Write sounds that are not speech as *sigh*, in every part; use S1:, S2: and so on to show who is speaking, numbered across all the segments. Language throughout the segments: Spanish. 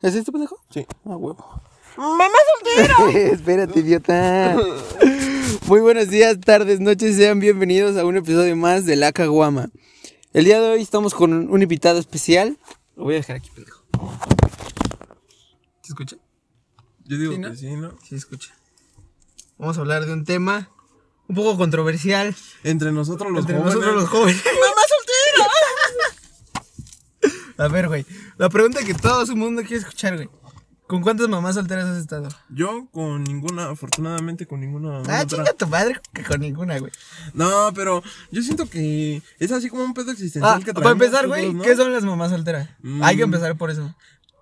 S1: ¿Es este pendejo?
S2: Sí.
S1: Ah, *laughs* huevo.
S2: ¡Mamá soltera!
S1: *laughs* Espérate, idiota. Muy buenos días, tardes, noches. Sean bienvenidos a un episodio más de La Caguama. El día de hoy estamos con un invitado especial. Lo voy a dejar aquí, pendejo. ¿Se escucha?
S2: Yo digo
S1: ¿Sí, no?
S2: que sí, ¿no?
S1: Sí, se escucha. Vamos a hablar de un tema un poco controversial
S2: Entre nosotros los
S1: entre
S2: jóvenes.
S1: nosotros los *laughs* jóvenes.
S2: ¡Mamá soltera!
S1: A ver, güey. La pregunta que todo su mundo quiere escuchar, güey. ¿Con cuántas mamás solteras has estado?
S2: Yo con ninguna, afortunadamente con ninguna.
S1: Ah,
S2: otra.
S1: chinga tu madre, que con ninguna, güey.
S2: No, pero yo siento que es así como un pedo existencial
S1: Ah,
S2: que
S1: para
S2: traemos
S1: empezar,
S2: todos,
S1: güey,
S2: ¿no?
S1: ¿qué son las mamás solteras?
S2: Mm.
S1: Hay que empezar por eso.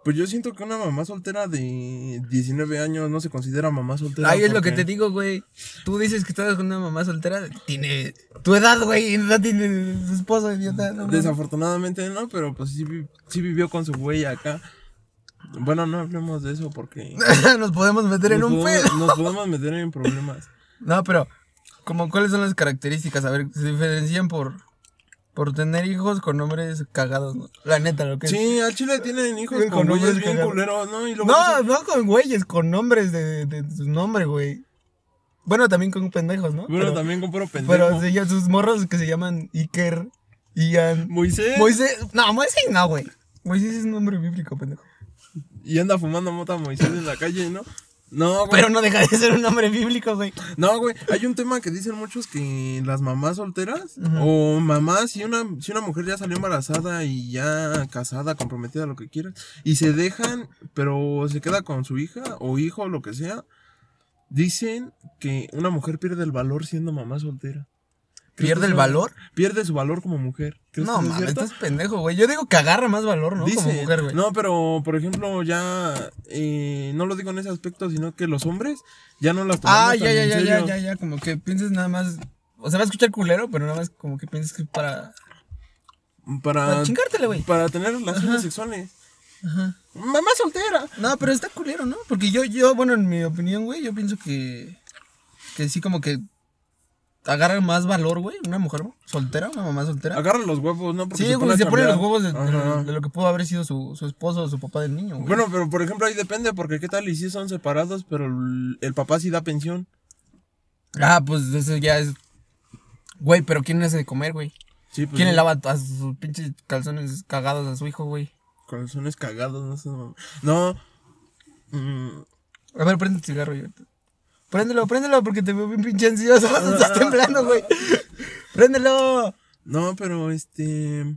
S2: Pues yo siento que una mamá soltera de 19 años no se considera mamá soltera.
S1: Ahí es lo que
S2: porque-
S1: te digo, güey. Tú dices que estás con una mamá soltera. Tiene tu edad, güey. No tiene su esposo, idiota. no, no.
S2: Desafortunadamente no, pero pues sí, vi- sí vivió con su güey acá. Bueno, no hablemos de eso porque.
S1: *laughs* Nos podemos meter en
S2: nos
S1: un
S2: podemos-
S1: pedo.
S2: Nos podemos meter
S1: *laughs*
S2: en problemas.
S1: No, pero, como, ¿cuáles son las características? A ver, se diferencian por, por tener hijos con hombres cagados, ¿no? La neta, lo que es.
S2: Sí, al chile tienen hijos
S1: Con
S2: con güeyes
S1: hombres
S2: bien
S1: cagados.
S2: culeros, ¿no? Y luego
S1: No, no con güeyes, con nombres de, de, de su nombre, güey. Bueno, también con pendejos, ¿no?
S2: Bueno,
S1: Pero-
S2: también con puro pendejo.
S1: Pero sí, ya sus morros que se llaman Iker, Ian.
S2: Moisés.
S1: Moisés. No, Moisés no, güey. Moisés es un nombre bíblico, pendejo.
S2: Y anda fumando mota Moisés en la calle, ¿no? No, güey.
S1: Pero no deja de ser un nombre bíblico, güey.
S2: No, güey. Hay un tema que dicen muchos que las mamás solteras o mamás, si una, si una mujer ya salió embarazada y ya casada, comprometida, lo que quieras, y se dejan, pero se queda con su hija o hijo, lo que sea, dicen que una mujer pierde el valor siendo mamá soltera. ¿Crees
S1: ¿Pierde
S2: que
S1: el
S2: sea-
S1: valor?
S2: Pierde su valor como mujer. ¿Crees
S1: No,
S2: que sea
S1: mames,
S2: cierto?
S1: estás pendejo, güey. Yo digo que agarra más valor, ¿no? Como
S2: Dicen,
S1: mujer, güey.
S2: No, pero por ejemplo, ya eh, no lo digo en ese aspecto, sino que los hombres ya no las tomamos
S1: ah, ya,
S2: tan
S1: ya,
S2: en
S1: ya, ya,
S2: serio.
S1: ya, ya. Como que pienses nada más. O sea, va a escuchar culero, pero nada más como que pienses que para.
S2: Para,
S1: Para chingártela, güey.
S2: para tener relaciones sexuales.
S1: Ajá.
S2: Mamá soltera.
S1: No, pero está culero, ¿no? Porque yo, yo, bueno, en mi opinión, güey, yo pienso que. Que sí, como que. Agarra más valor, güey. Una mujer soltera, una mamá soltera.
S2: Agarra los huevos, ¿no? Porque
S1: Sí,
S2: pone
S1: güey,
S2: a
S1: se ponen
S2: chambear.
S1: los huevos de, de
S2: Ajá.
S1: lo- de lo que pudo haber sido su, su esposo o su papá del niño, güey.
S2: Bueno, pero por ejemplo ahí depende, porque qué tal y si son separados, pero el, el papá sí da pensión.
S1: Ah, pues eso ya es. Güey, pero ¿quién le hace de comer, güey?
S2: Sí, pues.
S1: ¿Quién le
S2: sí.
S1: lava a sus pinches calzones cagados a su hijo, güey?
S2: Calzones cagados, no sé. mam- No. Mm,
S1: A ver, prende el cigarro, yo. Préndelo, préndelo, porque te veo bien pinche ansioso. *laughs* Estás temblando, güey. Préndelo.
S2: No, pero este.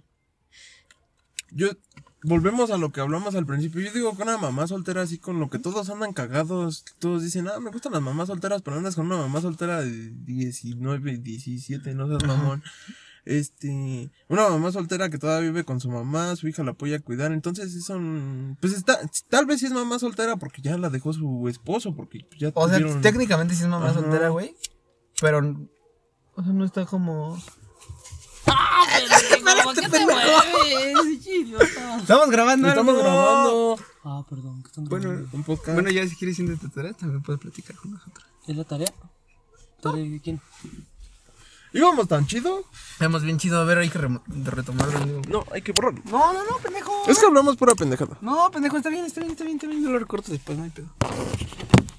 S2: Yo. Volvemos a lo que hablamos al principio. Yo digo que una mamá soltera, así con lo que todos andan cagados, todos dicen, ah, me gustan las mamás solteras, pero andas con una mamá soltera de 19, 17, no seas mamón. Este. Una mamá soltera que todavía vive con su mamá, su hija la apoya a cuidar. Entonces, eso. mm, Pues está. Tal vez sí es mamá soltera porque ya la dejó su esposo, porque ya
S1: O sea,
S2: tuvieron-
S1: técnicamente sí es mamá
S2: Ajá.
S1: soltera, güey. Pero. O sea, no está como.
S3: Espérate, pendejo.
S1: Estamos grabando.
S2: Ah. Estamos
S1: algo.
S2: grabando.
S3: Ah, perdón, que están
S2: Bueno,
S3: grabando.
S2: un podcast.
S1: Bueno, ya si quieres ir de tu tarea, también puedes platicar con nosotros.
S3: ¿Es la tarea? ¿Tarea de quién?
S2: Íbamos tan chido.
S1: Estamos bien chido. A ver, hay que remo- de retomarlo. amigo.
S2: No, hay que borrarlo.
S1: No, no, no, pendejo.
S2: Es que hablamos pura pendejada.
S1: No, pendejo, está bien, está bien, está bien, está bien. Yo lo recorto después, no hay pedo.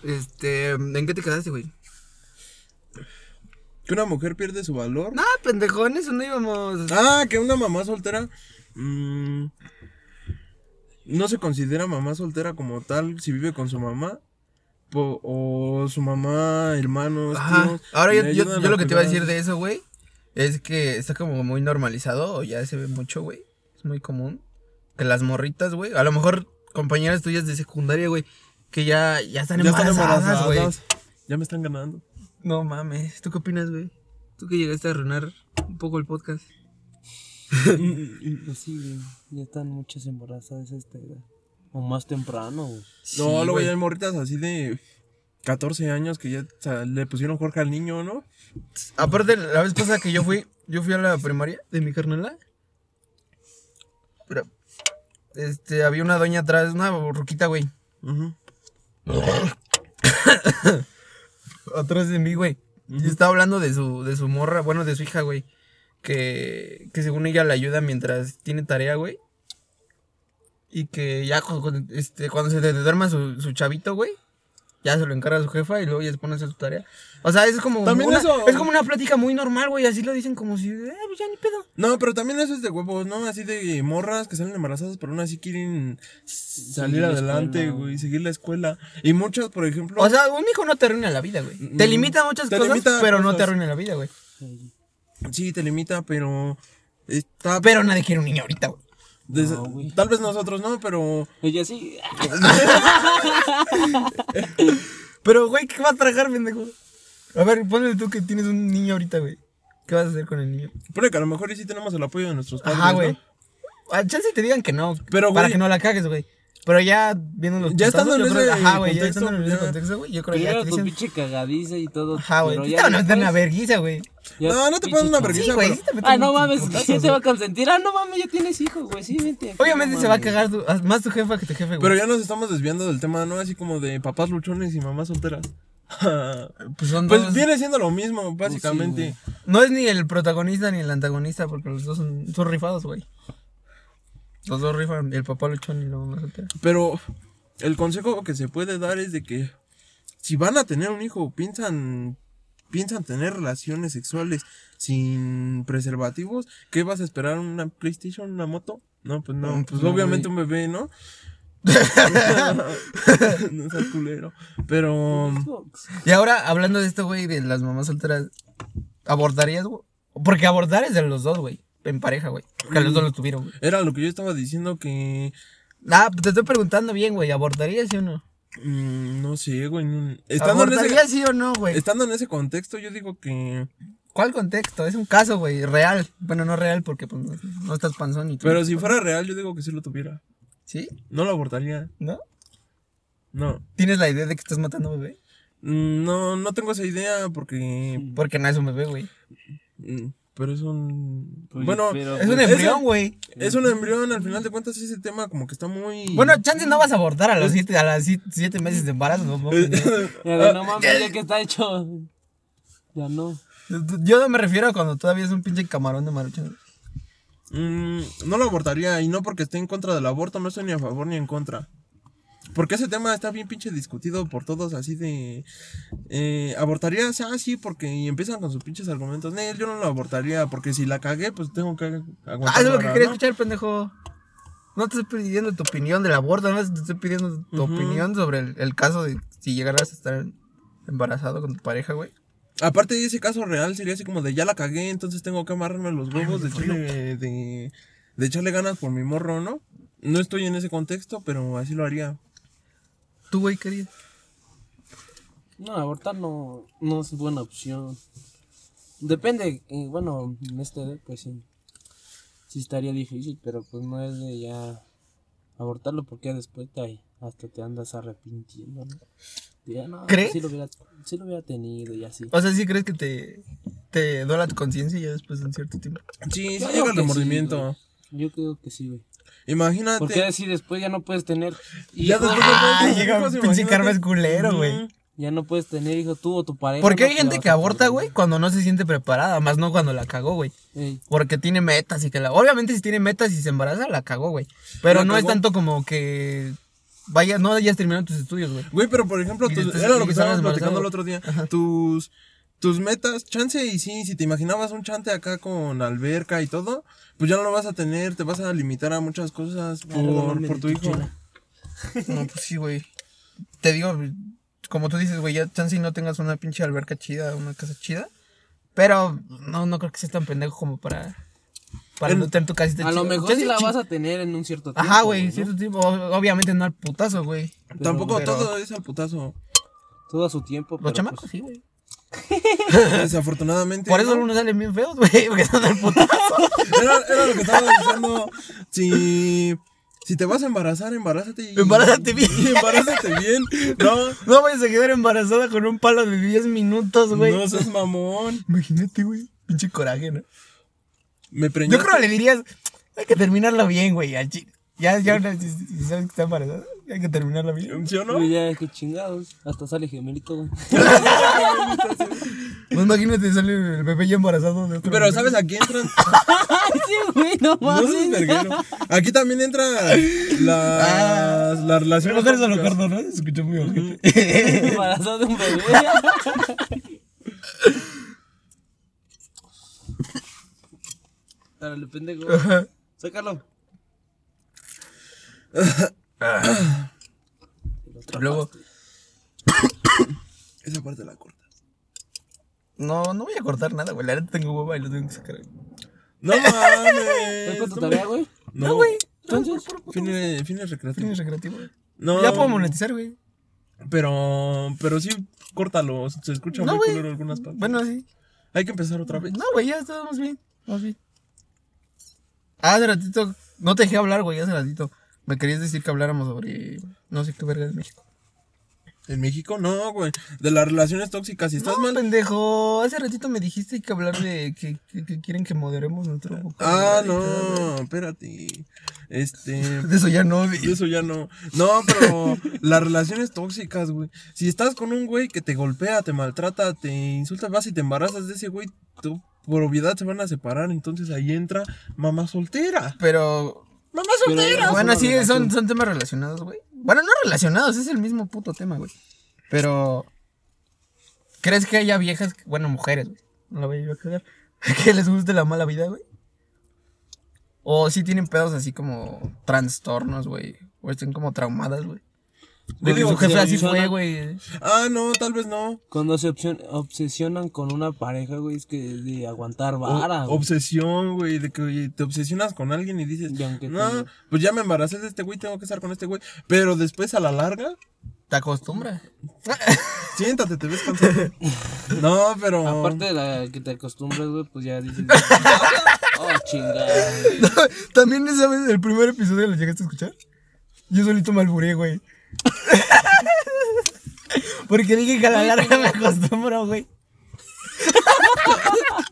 S1: Este, ¿en qué te quedaste, güey?
S2: Que una mujer pierde su valor.
S1: No, pendejo, en eso no íbamos.
S2: Ah, que una mamá soltera. mm, no se considera mamá soltera como tal si vive con su mamá. po- o su mamá, hermanos,
S1: Ajá.
S2: tíos.
S1: Ahora
S2: y
S1: yo,
S2: le
S1: yo-
S2: ayudan
S1: yo lo que te iba a
S2: cuidar.
S1: decir de eso, güey, es que está como muy normalizado, o ya se ve mucho, güey. Es muy común. Que las morritas, güey. A lo mejor compañeras tuyas de secundaria, güey, que ya, ya están
S2: Ya están
S1: embarazadas, güey.
S2: embarazadas. Ya me están ganando.
S1: No mames. ¿Tú qué opinas, güey? Tú que llegaste a arruinar un poco el podcast.
S3: Pues sí, güey, ya están muchas embarazadas a esta edad. O más temprano. güey.
S2: No,
S1: Sí,
S2: luego
S1: güey.
S2: ya hay morritas así de 14 años que ya o sea, le pusieron Jorge al niño, ¿no?
S1: Aparte, la vez pasada que yo fui, yo fui a la primaria de mi carnala. Pero, este, había una doña atrás, una borruquita, güey.
S2: Ujú.
S1: Atrás de mí, güey. Y estaba hablando de su, de su morra, bueno, de su hija, güey. Que, que según ella la ayuda mientras tiene tarea, güey. Y que ya cu- cu- este, cuando se te duerma su, su chavito, güey, ya se lo encarga su jefa y luego ya se pone a hacer su tarea. O sea, es como,
S2: También
S1: una,
S2: eso-
S1: es como una plática muy normal, güey. Así lo dicen como si, eh, pues ya ni pedo.
S2: No, pero también eso es de huevos, ¿no? Así de morras que salen embarazadas, pero aún así quieren salir
S3: la
S2: adelante,
S3: escuela,
S2: güey, seguir la escuela. Y muchas, por ejemplo.
S1: O sea, un hijo no te arruina la vida, güey. Te
S2: Mm,
S1: limita muchas
S2: te
S1: cosas,
S2: limita
S1: pero no
S2: cosas.
S1: te arruina la vida, güey.
S2: sí, te limita, pero. Está.
S1: Pero nadie quiere un niño ahorita, güey.
S2: des-
S3: No, güey.
S2: tal vez nosotros no, pero.
S3: Ella sí. ah,
S1: Pero, güey, ¿qué vas a trabajar, pendejo? A ver, ponle tú que tienes un niño ahorita, güey. ¿Qué vas a hacer con el niño?
S2: Pero que a lo mejor y sí tenemos el apoyo de nuestros padres.
S1: Ajá, güey.
S2: ¿no?
S1: A chance te digan que no.
S2: Pero,
S1: Para
S2: güey.
S1: que no la cagues, güey. Pero ya viendo los.
S2: Ya
S1: putazos,
S2: estando en
S1: yo creo-
S2: ese
S1: Ajá, güey. Ya
S2: contexto,
S1: estando en ese
S2: ya-
S1: contexto, güey. Yo creo
S3: Pero
S1: que ya
S3: era
S1: te
S3: con
S1: dicen.
S3: pinche cagadiza y todo.
S1: Ajá, güey.
S3: pero
S1: Sí
S3: ya
S1: te van a meter una
S3: después,
S1: vergüenza, güey.
S3: ya
S2: No, no te
S3: pinche
S2: pones una
S3: chingón.
S1: Sí,
S2: vergüenza,
S1: güey.
S2: pero-
S1: sí te meten
S3: Ah, no
S1: unos
S3: mames,
S1: putazos,
S3: ¿quién te
S1: güey.
S3: va a consentir? Ah, no mames, ya tienes hijos, güey. Sí, vente. aquí,
S1: Obviamente
S3: no
S1: se va a
S3: mames.
S1: cagar tu- más tu jefa que tu jefe, güey.
S2: Pero ya nos estamos desviando del tema, ¿no? Así como de papás luchones y mamás solteras. *laughs*
S1: Pues son
S2: pues
S1: dos-
S2: viene siendo lo mismo,
S3: pues
S2: básicamente.
S1: No es ni el protagonista ni el antagonista, porque los dos son, son rifados, güey. Los dos rifan, el papá luchón y la mamá soltera.
S2: Pero el consejo que se puede dar es de que si van a tener un hijo, piensan piensan tener relaciones sexuales sin preservativos, ¿qué vas a esperar una PlayStation, una moto? No, pues no, pues obviamente un bebé, *laughs* ¿no? no seas culero. Pero
S3: Xbox.
S1: Y ahora, hablando de esto, güey, de las mamás solteras, ¿abordarías, güey? Porque abordar es de los dos, güey. En pareja, güey. Porque los dos lo tuvieron, güey.
S2: era lo que yo estaba diciendo que
S1: Ah, te estoy preguntando bien, güey. ¿Abordarías sí o no?
S2: mm, no sé, güey, no- estando en ese
S1: ¿Abordarías sí o no, güey?
S2: estando en ese contexto yo digo que
S1: ¿Cuál contexto? Es un caso, güey, real. Bueno, no real porque pues, no, no estás panzón y tú.
S2: pero si fuera real yo digo que sí lo tuviera.
S1: ¿Sí?
S2: No lo abortaría.
S1: ¿No?
S2: No.
S1: ¿Tienes la idea de que estás matando a un bebé?
S2: Mm, No, no tengo esa idea porque.
S1: Porque no es un bebé, güey.
S2: mm, Pero es un.
S3: Pues,
S2: bueno,
S3: pero,
S1: Es un
S3: pues,
S1: embrión, güey.
S2: es un embrión. Al final de cuentas, ese tema como que está muy.
S1: Bueno, chance no vas a abortar a los siete, a las siete, siete meses de embarazo.
S2: *laughs*
S1: ¿no?
S3: ya de,
S1: Ah,
S3: no mames, ya que está hecho. Ya no.
S1: Yo no me refiero a cuando todavía es un pinche camarón de maruchan.
S2: Mm, no lo abortaría. Y no porque esté en contra del aborto, no estoy ni a favor ni en contra. Porque ese tema está bien pinche discutido por todos, así de. Eh, abortaría, o sea, sí, porque y empiezan con sus pinches argumentos. "Nel, yo no lo abortaría, porque si la cagué, pues tengo que aguantar.
S1: Ah, es lo que
S2: vara",
S1: quería
S2: ¿no?
S1: escuchar, pendejo. No te estoy pidiendo tu opinión del aborto, no te estoy pidiendo tu opinión sobre el, el caso de si llegaras a estar embarazado con tu pareja, güey.
S2: Aparte de ese caso real, sería así como de ya la cagué, entonces tengo que amarrarme los huevos de echarle, de, de echarle ganas por mi morro, ¿no? No estoy en ese contexto, pero así lo haría.
S1: Tú, güey, querido.
S3: No, abortar no, no es buena opción. Depende, eh, bueno, en este, edad, pues sí. Sí estaría difícil, pero pues no es de ya abortarlo porque ya después te, hasta te andas arrepintiendo, ¿no? De Ya, no
S1: ¿Crees?
S3: Sí lo, hubiera, sí lo hubiera tenido y así.
S1: O sea, ¿sí crees que te, te duela tu conciencia ya después de un cierto tiempo?
S2: Sí, sí
S3: Yo creo
S2: llega el
S3: que sí,
S2: remordimiento.
S3: Yo creo que sí, güey.
S2: Imagínate.
S3: Porque si después ya no puedes tener
S2: Ya
S3: hijos,
S2: después de
S1: *laughs*
S2: todos
S1: Ah,
S2: esos
S1: llega
S2: hijos,
S1: un pinche
S2: imagínate.
S1: karma es culero, güey.
S2: Ujú.
S3: ya no puedes tener hijo tú o tu pareja.
S1: Porque
S3: ¿no?
S1: hay
S3: Pues ya
S1: gente
S3: vas
S1: que
S3: a
S1: aborta,
S3: tener,
S1: güey, cuando no se siente preparada, más no cuando la cagó, güey.
S3: Ey,
S1: Porque tiene metas y que la. Obviamente, si tiene metas y se embaraza, la cagó, güey. Pero
S2: La
S1: no es
S2: cagó.
S1: tanto como que. Vaya, no hayas terminado tus estudios,
S3: *laughs*
S1: güey.
S2: Güey, pero por ejemplo,
S1: Y
S2: tus-
S1: entonces-
S2: era lo
S1: y
S2: que
S1: estabas
S2: estábamos platicando el
S1: embarazado.
S2: otro día. Tus, tus metas, chance y sí, si te imaginabas un chante acá con alberca y todo, pues ya no lo vas a tener, te vas a limitar a muchas cosas por,
S3: regálame
S2: por
S3: de
S2: tu
S3: tu
S2: hijo.
S3: chela.
S1: No, pues sí, güey. Te digo, como tú dices, güey, ya chance y no tengas una pinche alberca chida, una casa chida. Pero no, no creo que seas tan pendejo como para. Para
S2: En-
S1: no tener tu casita
S3: A
S1: chida.
S3: lo mejor
S1: Chance
S3: sí
S1: y
S3: la
S1: chi-
S3: vas a tener en un cierto tiempo.
S1: Ajá, güey,
S3: ¿no?
S1: cierto tipo. o- Obviamente no al putazo, güey.
S2: Tampoco
S1: pero-
S2: todo es al putazo.
S3: Todo a su tiempo.
S1: Los
S3: pero,
S1: chamacos,
S3: pues,
S1: sí, güey.
S2: Desafortunadamente.
S1: Por eso
S2: ¿no?
S1: algunos salen bien feos, *laughs* güey, porque son al putazo.
S2: Era, era lo que estaba diciendo. Si, si te vas a embarazar, embarázate. y-
S1: Embarázate bien.
S2: Y embarázate bien. No,
S1: No vayas a quedar embarazada con un palo de 10 minutos, güey.
S2: no seas mamón.
S1: Imagínate, güey. Pinche coraje, ¿no?
S2: Me preñé.
S1: Yo creo que le dirías, hay que terminarlo bien, güey. al chi- Ya, ya, una- si, si sabes que está embarazada. Hay que terminar la vida.
S2: ¿Sí o no?
S3: Güey, ya, qué chingados. Hasta sale gemelito, güey.
S1: Pues imagínate, sale el bebé ya embarazado de otro
S2: Pero
S1: bebé.
S2: ¿sabes aquí
S1: *laughs*
S2: entran?
S3: *laughs* Ay, sí, güey, no
S1: Ah,
S2: No seas
S3: mames.
S2: verguero. Aquí también entran las, las relaciones.
S1: Mujeres a lo
S2: tóxicas.
S1: cardo, ¿no? Se escuchó muy ojete.
S3: Embarazado de un bebé. Dale, pendejo. Sácalo.
S1: Luego,
S2: Esa parte la corta.
S1: no, no voy a cortar nada, güey. La neta tengo hueva y lo tengo que sacar.
S2: No
S3: ¿Es
S1: Eh,
S2: mames.
S1: Pues,
S3: con tu tarea, güey?
S2: No, güey.
S3: Entonces,
S2: Fines, fines recreativos.
S1: Tienes recreativo. güey.
S2: No,
S1: Ya puedo monetizar, güey.
S2: Pero, pero sí, córtalo. Se escucha
S1: No,
S2: muy
S1: güey.
S2: culero algunas partes.
S1: Bueno, sí.
S2: Hay que empezar otra vez.
S1: No, güey, ya estábamos bien. Vamos bien. Ah, hace ratito. No te dejé hablar, güey, hace ratito. Me querías decir que habláramos sobre. No sé qué verga es México.
S2: En México no, güey. De las relaciones tóxicas. Si estás
S1: No,
S2: mal.
S1: pendejo. Hace ratito me dijiste que hablar de. que, que- que quieren que moderemos nuestro.
S2: Ah,
S1: vocabulario y todo, güey.
S2: no, espérate. Este. *laughs*
S1: De eso ya no,
S2: Y
S1: güey.
S2: Eso ya no. No, pero las relaciones tóxicas, güey. Si estás con un güey que te golpea, te maltrata, te insulta, vas y te embarazas de ese güey, tu propiedad se van a separar. Entonces ahí entra mamá soltera.
S1: Pero.
S2: ¡Mamá
S3: Pero-
S2: soltera!
S1: Bueno,
S3: una
S1: sí, son,
S3: relación.
S1: son temas relacionados, güey. Bueno, no relacionados, es el mismo puto tema, güey. Pero. ¿Crees que haya viejas, que- bueno, mujeres, güey? No la voy a yo a cagar. *laughs* Que les guste la mala vida, güey. O si tienen pedos así como trastornos, güey. O estén como traumadas, güey. De que
S3: Yo digo
S1: su
S3: que
S1: jefe así
S3: son-
S1: fue, güey.
S2: Ah, no, tal vez no.
S3: Cuando se obsesión- obsesionan con una pareja, güey, es que de aguantar
S2: O-
S3: vara. güey.
S2: obsesión, güey, de que oye, te obsesionas con alguien y dices,
S3: Y aunque
S2: no,
S3: te-
S2: pues ya me embaracé de este güey, tengo que estar con este güey. Pero después a la larga,
S1: Te acostumbras.
S2: siéntate, te ves cansado. *laughs* No, pero...
S3: Aparte de la que te acostumbras, güey, pues ya dices. *laughs* oh, chingada.
S1: *laughs* También esa vez, el primer episodio lo llegaste a escuchar. Yo solito me alburé, güey. *laughs* Porque dije que a la larga me acostumbro, güey. *laughs*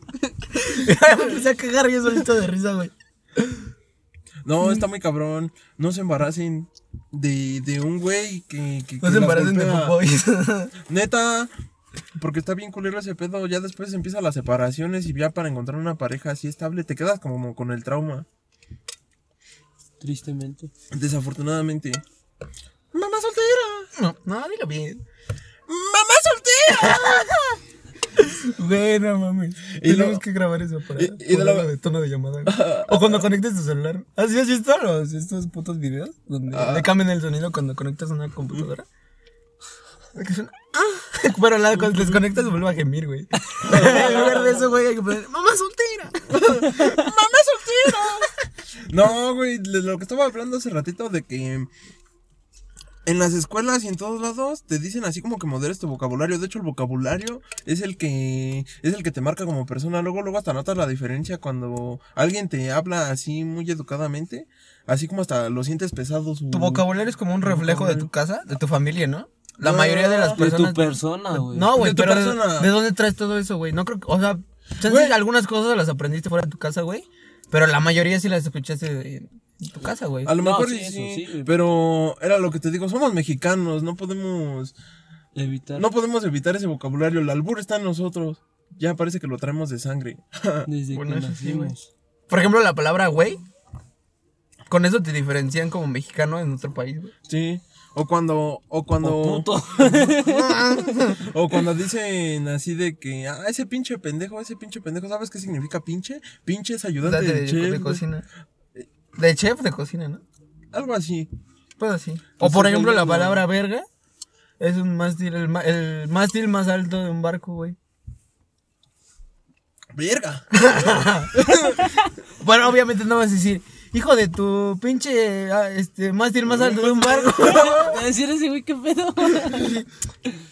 S1: me empecé a cagar yo solito de risa, güey.
S2: No, está muy cabrón. No se embaracen de, de un güey que, que- que
S1: No se
S2: las
S1: embaracen de *laughs*
S2: golpea.
S1: popois.
S2: Neta, porque está bien culero ese pedo. Ya después empiezan las separaciones y ya para encontrar una pareja así estable te quedas como con el trauma.
S3: Tristemente.
S2: Desafortunadamente. ¡Mamá soltera!
S1: No, no, dilo bien.
S2: ¡Mamá soltera!
S1: Güey, no mames.
S2: Y
S1: Tenemos
S2: lo-
S1: que grabar eso para
S2: y- y
S1: ponerlo
S2: lo-
S1: de tono de llamada. güey. O cuando conectes tu celular. ¿Has has visto los, estos putos videos donde
S2: Ah.
S1: le cambian el sonido cuando conectas una computadora? Que *laughs* suena, "Ah". Pero la, cuando desconectas vuelve a gemir, güey. *laughs* en lugar de eso, güey, hay que poner ¡Mamá soltera! *laughs*
S2: ¡Mamá soltera! *laughs* No, güey, de lo que estaba hablando hace ratito de que en las escuelas y en todos lados te dicen así como que moderes tu vocabulario. De hecho, el vocabulario es el que es el que te marca como persona. Luego, luego hasta notas la diferencia cuando alguien te habla así muy educadamente, así como hasta lo sientes pesado su
S1: Tu vocabulario es como un reflejo de tu casa, de tu familia, ¿no? La mayoría de las
S3: De tu
S1: personas.
S3: persona, güey.
S1: No, güey,
S2: De tu
S1: pero
S2: persona.
S1: ¿de dónde traes todo eso, güey? No creo que, o sea, chance
S2: Güey.
S1: algunas cosas las aprendiste fuera de tu casa, güey, pero la mayoría sí las escuchaste en en tu casa, güey.
S2: A lo
S3: No,
S2: mejor
S3: sí,
S2: sí,
S3: eso
S2: sí,
S3: sí.
S2: pero era lo que te digo, somos mexicanos, no podemos
S3: Evitar.
S2: no podemos evitar ese vocabulario. El albur está en nosotros. Ya parece que lo traemos de sangre.
S3: Desde
S1: Bueno,
S3: que
S1: eso sí, güey.
S3: nacimos.
S1: Por ejemplo, la palabra güey, con eso te diferencian como mexicano en otro país, güey.
S2: Sí. O cuando, o cuando,
S3: O
S2: o,
S3: puto.
S2: cuando dicen así de que, ah, ese pinche pendejo, ese pinche pendejo, ¿sabes qué significa pinche? Pinche es
S1: O sea,
S2: ayudante
S1: de,
S2: de,
S1: de-
S2: chef,
S1: de cocina. De chef de cocina, ¿no?
S2: algo así.
S1: Pues así. O por
S2: Entonces,
S1: ejemplo, la
S2: güey,
S1: palabra verga es un mástil, el, ma- el mástil más alto de un barco, güey.
S2: Verga. *laughs*
S1: Bueno, obviamente no vas a decir, hijo de tu pinche ah, este, mástil más alto de un barco.
S3: Te voy a decir ese güey,
S1: *laughs*
S3: qué pedo.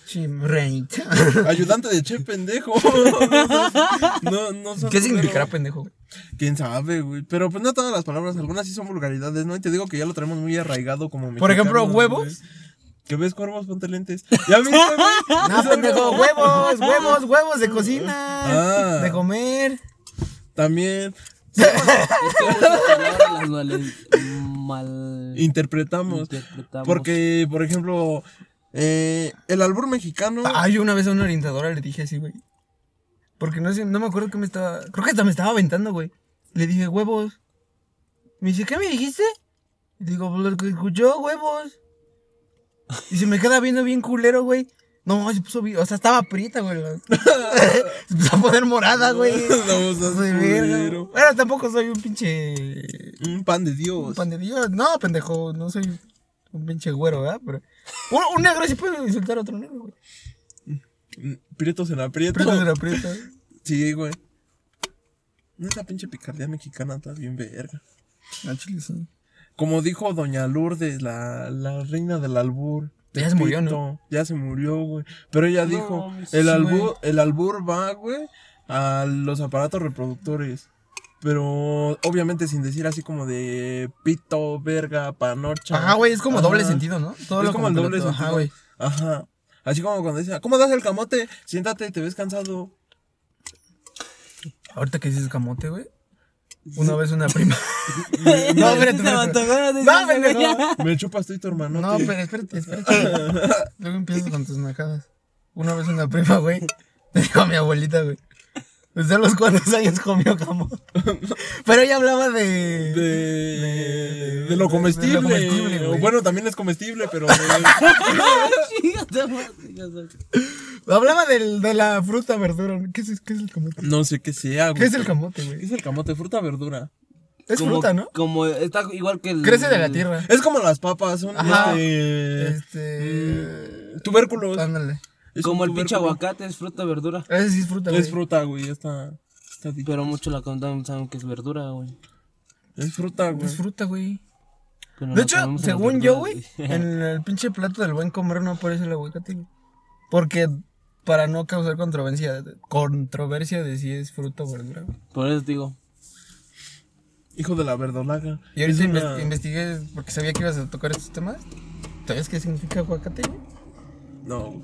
S1: Chimreit.
S2: Ayudante de chef, pendejo. *laughs* No, no son
S1: *laughs* ¿Qué significará pendejo? güey?
S2: Quién sabe, güey. Pero pues no todas las palabras, algunas sí son vulgaridades, ¿no? Y te digo que ya lo traemos muy arraigado como mexicanos.
S1: Por ejemplo,
S2: güey.
S1: huevos.
S2: ¿Que ves cuervos? Ponte lentes. ¿Ya viste, güey?
S1: No, pendejo, huevos, huevos, huevos de cocina,
S2: Ah.
S1: de comer.
S2: También
S3: palabras las valen- mal
S2: Interpretamos.
S3: interpretamos. *laughs*
S2: Porque, por ejemplo, eh, el albur mexicano.
S1: Ah, yo una vez a una orientadora le dije así, güey. Porque no sé, no me acuerdo que me estaba. Creo que hasta me estaba aventando, güey. Le dije, huevos. Me dice, ¿qué me dijiste? Y digo, pues, lo que escuchó, huevos. Y se me queda viendo bien culero, güey. No, se puso bien. O sea, estaba prieta, güey. *laughs* la- se puso a poner morada, güey.
S2: No, seas
S1: Soy verga.
S2: culero.
S1: Bueno, tampoco soy un pinche.
S2: Un pan de Dios.
S1: Un pan de Dios. No, pendejo, no soy un pinche güero, ¿verdad? Pero. Un, un negro sí puede insultar a otro negro, güey.
S2: Prietos en aprieto.
S1: Prieto era prieto.
S2: Sí, güey. No, Esa pinche picardía mexicana está bien verga.
S1: Ah, chile, sí.
S2: Como dijo Doña Lourdes, la, la reina del albur.
S1: Ya se murió,
S2: Pito, Ya se murió, güey. Pero ella
S3: No,
S2: dijo,
S3: sí,
S2: el
S3: güey.
S2: albur, el albur va, güey, a los aparatos reproductores. Pero obviamente sin decir así como de pito, verga, panocha.
S1: Ajá, güey, es como doble
S2: Ajá.
S1: sentido, ¿no? Todo
S2: es
S1: lo
S2: como el
S1: que lo-
S2: doble sentido.
S1: Ajá,
S2: Ajá,
S1: güey.
S2: Así como cuando dicen, ¿cómo das el camote? Siéntate y te
S1: *laughs*
S2: ves cansado.
S1: Ahorita que dices camote, güey. Una vez una prima.
S3: No,
S1: no, espérate,
S3: se me
S1: espérate.
S3: antojó, no sé si
S1: No,
S3: se
S1: pendejo.
S3: veía.
S2: Me chupas tú y tu hermano.
S1: No, pero espérate, espérate. *laughs* Luego empiezas con tus nacadas. Una vez una prima, güey. Le dijo a mi abuelita, güey. Desde los cuantos años comió camote. Pero ella hablaba de.
S2: De, de lo comestible.
S1: de lo comestible,
S2: O
S1: güey.
S2: bueno, también es comestible,
S1: *laughs*
S2: pero.
S3: Chinga tu madre, ya sabes.
S1: Hablaba del, de la fruta, verdura. ¿Qué es, qué es el camote?
S2: no sé qué sea, güey.
S1: ¿Qué es el camote, güey?
S2: es el camote? Fruta, verdura.
S1: Es
S3: Como-
S1: fruta, ¿no?
S3: Como está igual que el.
S1: Crece de la tierra.
S2: Es como las papas, son
S1: Ajá.
S2: este,
S1: Este.
S2: tubérculos.
S1: Ándale.
S2: Es
S3: Como
S2: un
S3: el pinche
S2: tubérculo.
S3: aguacate es fruta, verdura.
S1: Ese sí es fruta, güey.
S2: Es fruta, güey, ya está, está dicho.
S3: Pero mucho la contaban, saben que es verdura, güey.
S2: Es fruta, güey.
S1: Es fruta, güey.
S3: Pero
S1: De
S3: la
S1: hecho,
S3: comemos en las
S1: según yo, güey,
S3: verduras,
S1: en el pinche plato del buen comer no aparece el aguacate, güey. Porque para no causar controversia, controversia de si es fruta o verdura, güey.
S3: Por eso te digo.
S2: Hijo de la verdolaga.
S1: Y ahorita
S2: Es
S1: inves-
S2: una-
S1: investigué porque sabía que ibas a tocar estos temas. ¿Sabes qué significa aguacate, güey?
S2: No.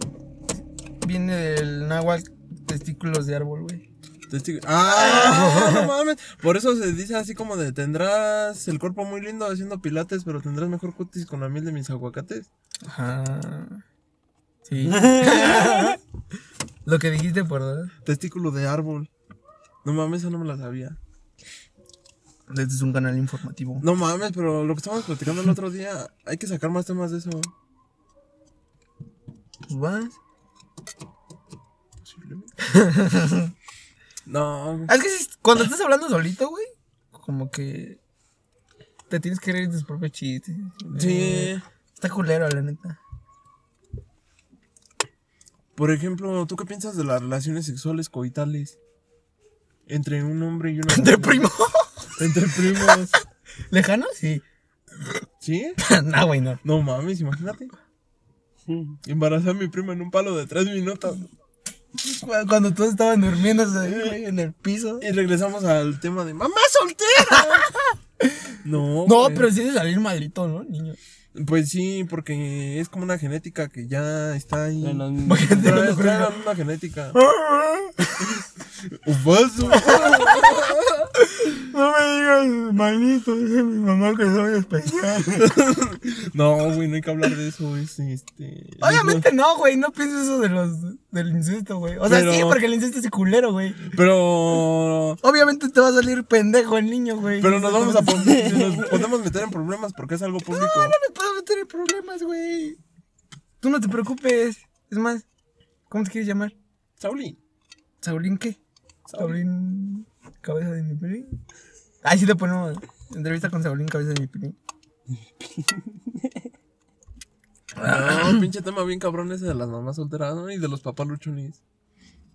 S1: Viene del náhuatl testículos de árbol, güey.
S2: testigo- ¡Ah! no mames. Por eso se dice así como de tendrás el cuerpo muy lindo haciendo pilates, pero tendrás mejor cutis con la miel de mis aguacates.
S1: Ajá. Sí. *laughs* Lo que dijiste, ¿verdad?
S2: Testículo de árbol. No mames, esa no me la sabía.
S1: Este es un canal informativo.
S2: No mames, pero lo que estábamos platicando el otro día, hay que sacar más temas de eso.
S1: Pues vas.
S2: Posiblemente. no.
S1: Ah, Es que si- cuando estás hablando solito, güey, como que te tienes que reír de tus propios chistes.
S2: Sí.
S1: Está culero, la *laughs* neta.
S2: Por ejemplo, ¿tú qué piensas de las relaciones sexuales coitales? Entre un hombre y una
S1: ¿Entre
S2: mujer.
S1: primo?
S2: Entre primos.
S1: ¿Lejano? Sí. *laughs*
S2: ¿Sí?
S1: no, güey, no.
S2: No mames, imagínate. Embarazar a mi prima en un palo de tres minutos.
S1: Cu- Cuando todos estaban durmiendo ahí, güey, en el piso.
S2: Y regresamos al tema de mamá soltera. no.
S1: *laughs* No,
S2: güey.
S1: pero sí de salir malito, ¿no, niño?
S2: Pues sí, porque es como una genética que ya está ahí. *laughs*
S3: En las-
S2: Trae- trae una genética. Ufazo.
S1: No me digas malito, dice mi mamá que soy especial.
S2: No, güey, no hay que hablar de eso, es este.
S1: Obviamente no, güey, no pienso eso de los, del incesto, güey. O sea,
S2: Pero-
S1: sí, porque el incesto es culero, güey.
S2: Pero.
S1: Obviamente te va a salir pendejo el niño, güey.
S2: Pero nos vamos
S1: *laughs*
S2: a poner. Nos podemos meter en problemas porque es algo público.
S1: No, no me puedo meter en problemas, güey. Tú no te preocupes. Es más, ¿cómo te quieres llamar?
S2: Sauli.
S1: ¿Saulín qué? Saulín Cabeza de mi Pilín. Ahí sí te ponemos entrevista con Saulín Cabeza de mi Pilín. Ah.
S2: No, pinche tema bien cabrón ese de las mamás solteras ¿no? y de los papás luchones.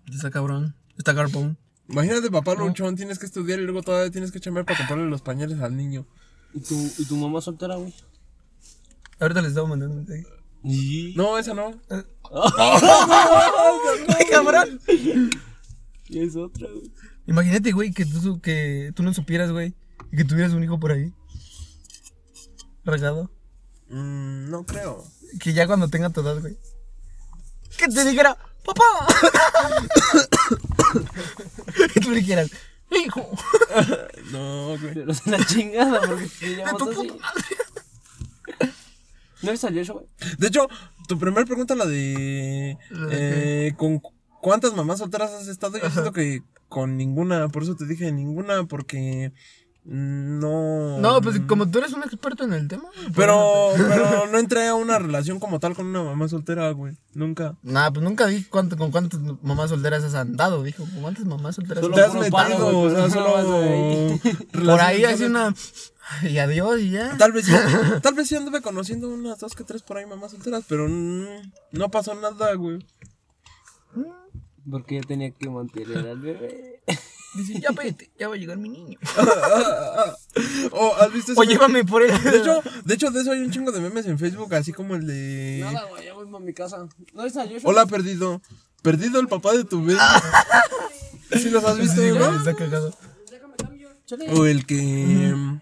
S1: Está cabrón. Está carbón.
S2: Imagínate, papá luchón, tienes que estudiar y luego todavía tienes que chambear para comprarle los pañales al niño.
S3: ¿Y tu, y tu mamá soltera, güey?
S1: Ahorita les estaba mandando un mensaje.
S3: Sí.
S2: No, esa no.
S1: *laughs* ¡Ay, cabrón!
S3: Y es otra, güey.
S1: Imagínate, güey, que tú, su- que tú no supieras, güey. Y que tuvieras un hijo por ahí. Regado.
S2: Mm, no creo.
S1: Que ya cuando tenga tu edad, güey. Que te dijera, papá. *coughs* y tú le dijeras, ¡Hijo!
S2: No, güey.
S3: Pero se la chingada, porque
S1: *laughs*
S3: te
S1: ¡De
S3: llamas
S1: tu
S3: así.
S1: puta madre!
S3: ¿No le salió eso, güey?
S2: De hecho, tu primera pregunta, la de. eh, ¿Con cu- cuántas mamás solteras has estado? Yo siento que con ninguna. Por eso te dije ninguna, porque. mm, No.
S1: No, pues como tú eres un experto en el tema. pues, güey,
S2: Pero, pero no entré a una relación como tal con una mamá soltera, güey. Nunca.
S1: Nah, pues nunca vi cuánto, con cuántas mamás solteras has andado, dijo. ¿Con cuántas mamás solteras
S3: Solo
S1: has
S2: Te has
S3: puro
S2: metido,
S3: palo,
S2: o
S3: güey,
S2: sea,
S3: pero no
S2: solo.
S3: vas ahí.
S1: Por ahí
S2: relaciones,
S1: hace una. Y adiós y ya.
S2: Tal vez, tal vez sí anduve conociendo unas dos que tres por ahí mamás solteras, pero mm, no pasó nada, güey.
S3: Porque yo tenía que mantener al bebé.
S1: Dice, ya vete, ya va a llegar mi
S2: *laughs*
S1: niño.
S2: O, Oh, ¿has visto ese
S1: O
S2: meme?
S1: llévame por él.
S2: De hecho, de hecho, de eso hay un chingo de memes en Facebook, así como el de.
S3: Nada, Ah, güey, ya voy para mi casa. ¿No le salió eso?
S2: Hola, perdido. Perdido el papá de tu *laughs* vida. ¿Sí los has visto,
S1: Sí, güey,
S2: güey?
S1: está cagado.
S3: Chale.
S2: O el que. mm,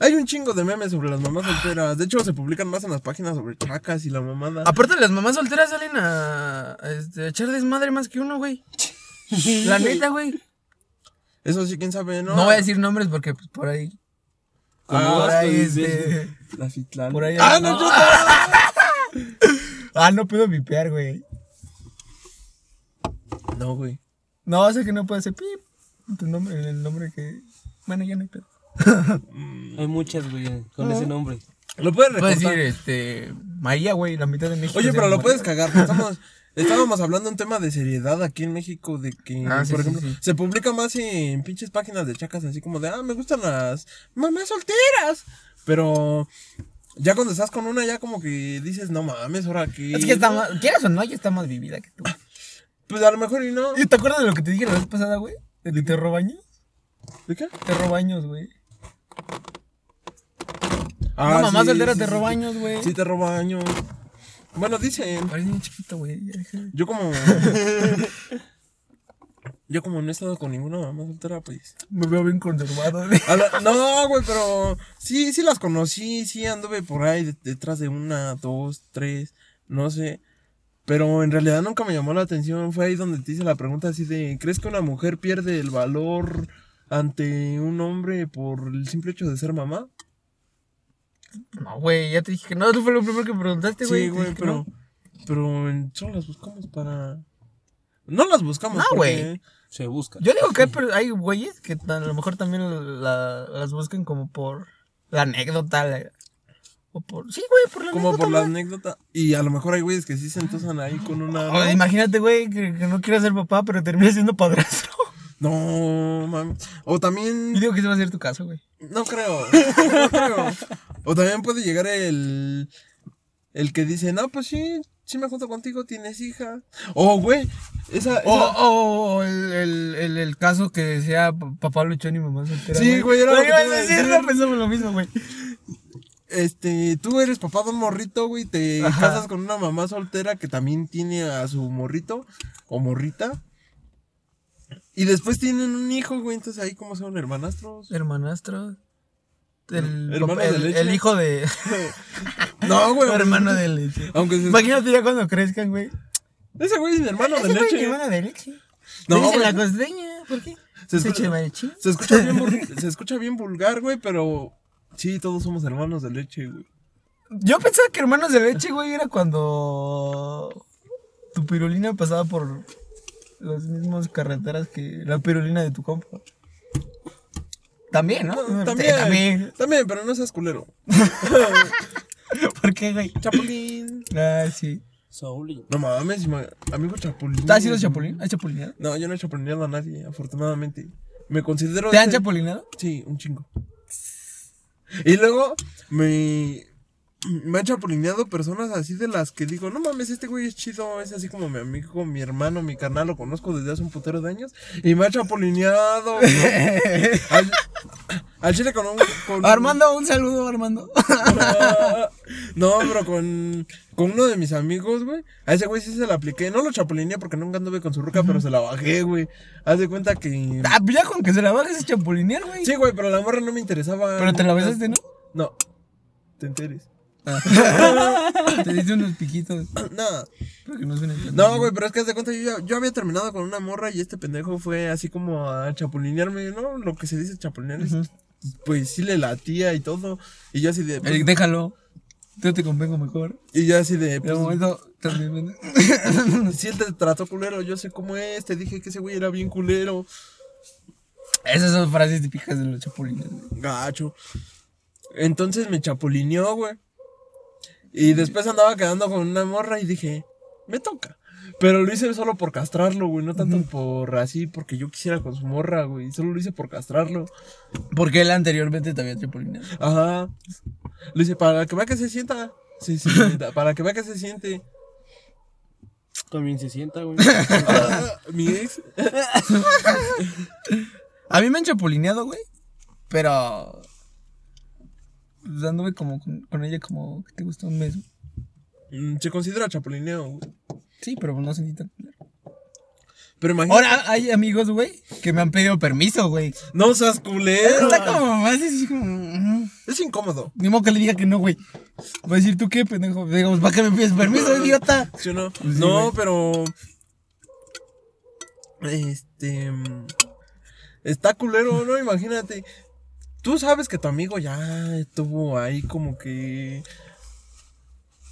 S2: Hay un chingo de memes sobre las mamás solteras. De hecho, se publican más en las páginas sobre chacas y la mamada.
S1: Aparte, las mamás solteras salen a, a, este, a echar desmadre más que uno, güey. La neta, güey.
S2: Eso sí, quién sabe, ¿no?
S1: No voy a decir nombres porque pues, por ahí.
S2: Ah,
S1: por ahí,
S2: pues,
S1: este.
S2: La Citlali.
S1: Por ahí.
S2: Ah, no, yo no.
S1: *laughs* Ah, no puedo vipear, güey.
S2: No, güey.
S1: No, o sea que no puedo hacer pip. Tu nombre, el nombre que. Bueno, ya no hay *laughs* pedo.
S3: Hay muchas, güey, con ese nombre.
S2: Lo puedes
S1: Puedo decir,
S2: recortar.
S1: este. María, güey, la mitad de México.
S2: Oye,
S1: se
S2: pero
S1: llama María.
S2: lo puedes cagar. pues, Estamos, estábamos hablando de un tema de seriedad aquí en México de que,
S1: Ah, sí,
S2: por
S1: sí,
S2: ejemplo,
S1: sí.
S2: se publica más en pinches páginas de chacas así como de, ah, me gustan las mamás solteras. Pero ya cuando estás con una ya como que dices, no mames, ahora que...
S1: Es que está más. Quieras o no, ya está más vivida que tú.
S2: Pues a lo mejor y no.
S1: *laughs* ¿Y te acuerdas de lo que te dije la vez pasada, güey? ¿De que te robaños?
S2: ¿De qué?
S1: Te robaños, güey.
S2: Ah,
S1: no, mamá
S2: sí,
S1: soltera
S2: sí,
S1: te
S2: sí,
S1: roba
S2: sí.
S1: años, güey.
S2: Sí, te roba años. Bueno, dicen...
S1: Parece un chiquito, güey. ya deja de- *laughs*
S2: Yo como... Yo como no he estado con ninguna mamá soltera, pues...
S1: Me veo bien conservado, *laughs* güey.
S2: A la- no, güey, pero sí, sí las conocí, sí anduve por ahí de- detrás de una, dos, tres, no sé. Pero en realidad nunca me llamó la atención. Fue ahí donde te hice la pregunta así de, ¿crees que una mujer pierde el valor ante un hombre por el simple hecho de ser mamá?
S1: No, güey, ya te dije que no. Tú fue lo primero que preguntaste, güey.
S2: sí,
S1: te
S2: güey,
S1: dije que
S2: pero, pero en- solo las buscamos para... No las buscamos.
S1: No,
S2: porque-
S1: güey.
S3: Se busca.
S1: Yo digo que hay, per- hay güeyes que a lo mejor también la- las buscan como por la anécdota. la- o por... Sí, güey, por la
S2: Como
S1: anécdota.
S2: por la
S1: güey.
S2: anécdota. Y a lo mejor hay güeyes que sí se entosan ahí con una...
S1: O imagínate, güey, que, que no quieras ser papá, pero terminas siendo padrastro. *laughs*
S2: No, mami. O también...
S1: Yo digo que ese va a ser tu caso, güey.
S2: No creo. *laughs* No creo. O también puede llegar el. El que dice, no, pues sí, sí me junto contigo, tienes hija. O, güey, esa.
S1: O,
S2: esa-
S1: o- o el, el, el, el caso que decía pa- papá luchón y mamá soltera.
S2: Sí, güey, era lo
S1: Pero iba
S2: que te iba a
S1: a decir,
S2: decir.
S1: no pensamos lo mismo, güey.
S2: Este, tú eres papá de un morrito, güey, te casas con una mamá soltera que también tiene a su morrito o morrita. Y después tienen un hijo, güey, entonces ahí como son hermanastros.
S1: Hermanastro. El,
S2: Hermano
S1: papá-
S2: de
S1: el-
S2: leche.
S1: el hijo de. *laughs*
S2: No, güey.
S1: hermano *laughs* de leche.
S2: Aunque se-
S1: Imagínate ya cuando crezcan, güey.
S2: Ese güey es mi hermano de
S1: Ese güey,
S2: leche.
S1: Hermano de leche. No,
S2: No,
S1: dice
S2: güey.
S1: la costeña. ¿Por qué?
S2: Se
S1: Se
S2: escucha-
S1: eche leche.
S2: Se escucha bien, vul- se escucha bien vulgar, güey, pero sí, todos somos hermanos de leche, güey.
S1: Yo pensaba que hermanos de leche, güey, era cuando tu pirulina pasaba por las mismas carreteras que la pirulina de tu compa. También, ¿no?
S2: No,
S1: Sí,
S2: también, también, *laughs*
S1: también.
S2: pero no seas culero.
S1: ¿Por qué, güey?
S2: Chapulín.
S1: Ah, sí.
S3: Saúl.
S2: *laughs* No mames, ima- amigo Chapulín.
S1: ¿Tú has sido chapulín? ¿Has chapulineado?
S2: No, yo no he chapulineado a nadie, afortunadamente. Me considero.
S1: ¿Te han
S2: ese- *laughs*
S1: chapulineado?
S2: Sí, un chingo. Y luego me. Me han chapulineado personas así de las que digo, no mames, este güey es chido, es así como mi amigo, mi hermano, mi carnal, lo conozco desde hace un putero de años. Y me ha chapulineado. güey.
S1: *laughs*
S2: al, al chile con un. con-
S1: Armando, un saludo, Armando. *laughs*
S2: *laughs* No, pero con, con uno de mis amigos, güey. A ese güey sí se la apliqué. No lo chapulineé porque nunca anduve con su ruca, pero se la bajé, güey. Haz de cuenta que.
S1: Ah, pues ya con que se la bajes es chapulinear, güey.
S2: Sí, güey, pero la morra no me interesaba.
S1: Pero te la besaste,
S2: *laughs*
S1: ¿no?
S2: No. Te enteres. *clears throat*
S1: Te diste unos piquitos.
S2: Nada.
S1: Para que no suene tan-
S2: No, güey, pero es que haz de cuenta, yo, ya- yo había terminado con una morra y este pendejo fue así como a chapulinearme, ¿no? Lo que se dice chapulinear es, Pues sí le latía y todo. Y yo así de. pues,
S1: Eh, déjalo. Yo te convengo mejor.
S2: y yo así de.
S1: De
S2: Pues,
S1: momento, también. ¿no?
S2: si él te trató culero, yo sé cómo es. Te dije que ese güey era bien culero.
S1: *laughs* Esas son frases típicas de los chapulines, güey.
S2: Gacho. Entonces me chapulineó, güey. Y después andaba quedando con una morra y dije, me toca. Pero lo hice solo por castrarlo, güey. No tanto por así, porque yo quisiera con su morra, güey. Solo lo hice por castrarlo.
S1: Porque él anteriormente también chapulineado.
S2: Ajá. Lo hice para que vea que se sienta. Sí, sí, neta, para que vea que se siente.
S3: También se sienta, güey.
S2: Ah, Mi ex.
S1: A mí me han chapulineado, güey. Pero. Pues anduve como con, con ella como que te gustó un mes. güey.
S2: Mm, Se considera chapulineo, güey.
S1: Sí, pero no se necesita.
S2: Pero imagínate.
S1: Ahora hay amigos, güey, que me han pedido permiso, güey.
S2: No seas culero.
S1: Está como más así como. mm,
S2: Es incómodo.
S1: Ni modo que le diga que no, güey. Va a decir, ¿tú qué, pendejo? Digamos, ¿para qué me pides permiso, idiota?
S2: ¿Sí o no?
S1: sí,
S2: no,
S1: güey.
S2: pero. Este. mm, Está culero, ¿no? Imagínate. Tú sabes que tu amigo ya estuvo ahí como que.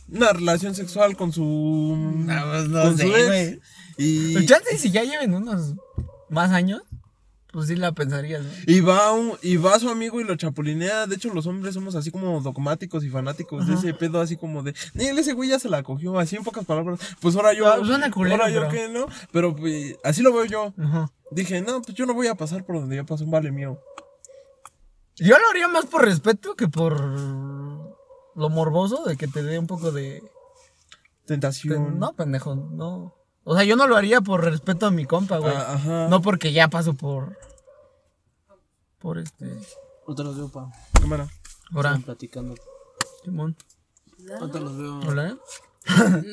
S2: Una relación sexual con su.
S1: No, pues, no
S2: con
S1: sé,
S2: su ex.
S1: güey.
S2: Y,
S1: El Pues chance, si ya lleven unos más años, pues sí la pensarías, güey.
S2: y va un- y va su amigo y lo chapulinea. De hecho, los hombres somos así como dogmáticos y fanáticos de ese pedo, así como de. "Nel, ese güey ya se la cogió, así en pocas palabras. Pues ahora yo.
S1: Ah, suena culero,
S2: ahora yo
S1: pero-
S2: qué, ¿no? Pero pues, así lo veo yo.
S1: Ajá.
S2: Dije, no, pues yo no voy a pasar por donde ya pasó un vale mío.
S1: Yo lo haría más por respeto que por lo morboso de que te dé un poco de. de-
S2: Tentación.
S1: No, pendejo, no. O sea, yo no lo haría por respeto a mi compa, güey.
S2: Ah, ajá.
S1: No porque ya paso por. Por este.
S3: Ahorita los veo, pa.
S2: Cámara.
S1: Ahora,
S3: Están platicando.
S1: Simón.
S3: Ahorita los veo.
S1: Hola.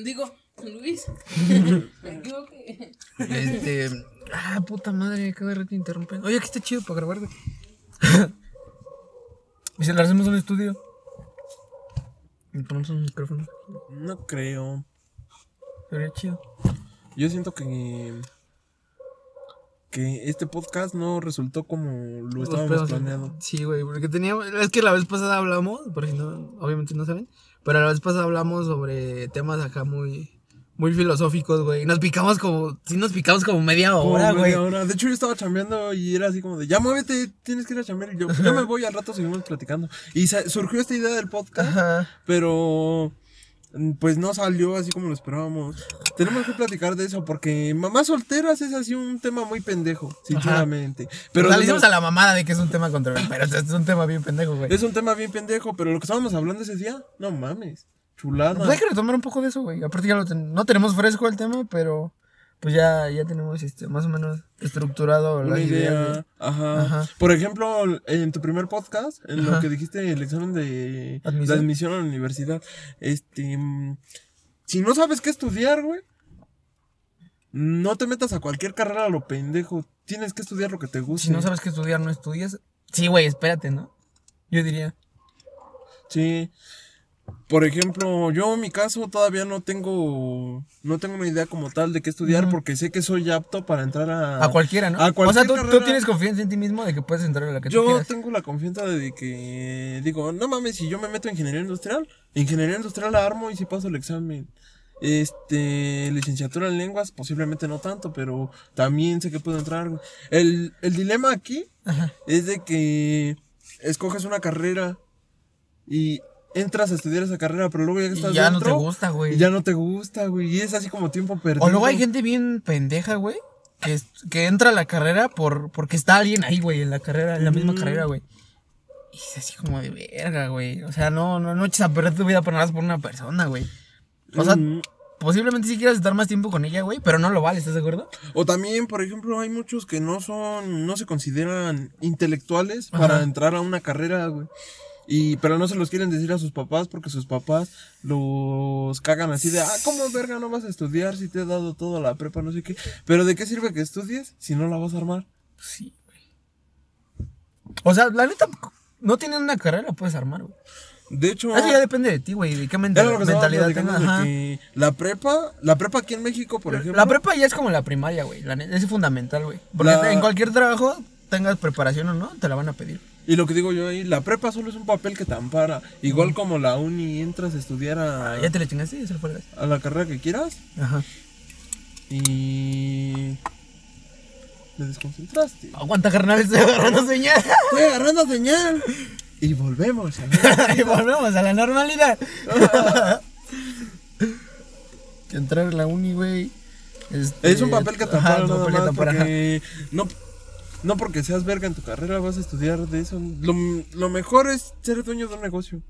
S4: Digo, Luis, *laughs* me equivoqué.
S1: Este. Ah, puta madre, cada rato interrumpen. Oye, aquí está chido para grabar, güey. *laughs* y se le hacemos un estudio. Y ponemos un micrófono.
S2: No creo.
S1: Sería chido.
S2: Yo siento que. Que este podcast no resultó como lo
S1: Los
S2: estábamos
S1: pedos,
S2: planeado.
S1: Sí, güey, porque teníamos. Es que la vez pasada hablamos, por si no, obviamente no saben. Pero la vez pasada hablamos sobre temas acá muy. Muy filosóficos, güey. Nos picamos como. Sí, nos picamos como media
S2: Como
S1: hora,
S2: Oh, media
S1: güey.
S2: hora. De hecho, yo estaba chambeando y era así como de, ya muévete, tienes que ir a chambear. Y yo, yo me voy, al rato seguimos platicando. Y sa- surgió esta idea del podcast,
S1: Ajá.
S2: pero mm, pues no salió así como lo esperábamos. Tenemos que platicar de eso porque mamás solteras es así un tema muy pendejo, sinceramente.
S1: Pero
S2: Pero
S1: la
S2: de
S1: hicimos
S2: lo-
S1: a la mamada de que es un tema controversial. Pero es un tema bien pendejo, güey.
S2: es un tema bien pendejo, pero lo que estábamos hablando ese día, no mames, chulada.
S1: Pues hay que retomar un poco de eso, güey. Aparte ya lo ten- no tenemos fresco el tema, pero pues ya, ya tenemos este, más o menos estructurado
S2: Una
S1: las
S2: idea.
S1: ideas. de
S2: Ajá.
S1: Ajá.
S2: Por ejemplo, en tu primer podcast, en lo
S1: Ajá.
S2: que dijiste el examen de
S1: Admisión.
S2: la admisión a la universidad, este. mm, Si no sabes qué estudiar, güey, no te metas a cualquier carrera a lo pendejo. Tienes que estudiar lo que te guste.
S1: Si no sabes qué estudiar, no estudias. Sí, güey, espérate, ¿no? Yo diría.
S2: Sí. Por ejemplo, yo en mi caso todavía no tengo no tengo una idea como tal de qué estudiar porque sé que soy apto para entrar a
S1: A cualquiera, ¿no?
S2: Ah. a cualquier
S1: o sea, ¿tú- tú,
S2: carrera.
S1: tienes confianza en ti mismo de que puedes entrar a la que tú
S2: Yo
S1: quieras.
S2: tengo la confianza de que digo, no mames, si yo me meto en ingeniería industrial, ingeniería industrial la armo y si paso el examen. Este, licenciatura en lenguas, posiblemente no tanto, pero también sé que puedo entrar. güey. El, el dilema aquí
S1: Ajá.
S2: es de que escoges una carrera y entras a estudiar esa carrera, pero luego ya que
S1: Y
S2: estás
S1: ya no
S2: dentro,
S1: te gusta, güey.
S2: y ya no te gusta, güey, y es así como tiempo perdido.
S1: O luego hay gente bien pendeja, güey, que, es- que entra a la carrera por, porque está alguien ahí, güey, en la carrera, en la misma carrera, güey. Y es así como de verga, güey. O sea, no, no, no eches a perder tu vida por nada más por una persona, güey. O sea,
S2: Ujú.
S1: posiblemente sí quieras estar más tiempo con ella, güey, pero no lo vale, ¿estás de acuerdo?
S2: O también, por ejemplo, hay muchos que no son, no se consideran intelectuales
S1: Ajá.
S2: para entrar a una carrera, güey. Y, pero no se los quieren decir a sus papás porque sus papás los cagan así de, ah, ¿cómo verga no vas a estudiar si te he dado toda la prepa, no sé qué? Pero ¿de qué sirve que estudies si no la vas a armar?
S1: Sí, güey. O sea, la neta, no tienen una carrera, la puedes armar, güey.
S2: De hecho,
S1: Eso ya depende de ti, güey, de qué menta-
S2: era Ah. lo que estábamos
S1: mentalidad
S2: platicando
S1: tengas.
S2: de
S1: ajá.
S2: que la prepa, la prepa aquí en México, por ejemplo.
S1: La prepa ya es como la primaria, güey. la neta, es fundamental, güey. Porque
S2: La-
S1: en cualquier trabajo, tengas preparación o no, te la van a pedir.
S2: Y lo que digo yo ahí, la prepa solo es un papel que te ampara. Igual como la uni entras a estudiar a,
S1: ¿Ya te la chingaste? ¿Ya se lo fue el gas?
S2: a la carrera que quieras
S1: Ajá.
S2: y te desconcentraste.
S1: Aguanta, carnal, estoy agarrando señal.
S2: Estoy agarrando señal. Y volvemos. ¿eh? a
S1: *laughs*
S2: ver.
S1: y volvemos a la *laughs* normalidad. Entrar a la uni, güey. este,
S2: Es un papel que te
S1: ajá,
S2: ampara
S1: un papel
S2: nada
S1: que te
S2: más
S1: ampara, ajá.
S2: porque no, no porque seas verga en tu carrera vas a estudiar de eso. Lo, lo mejor es ser dueño de un negocio.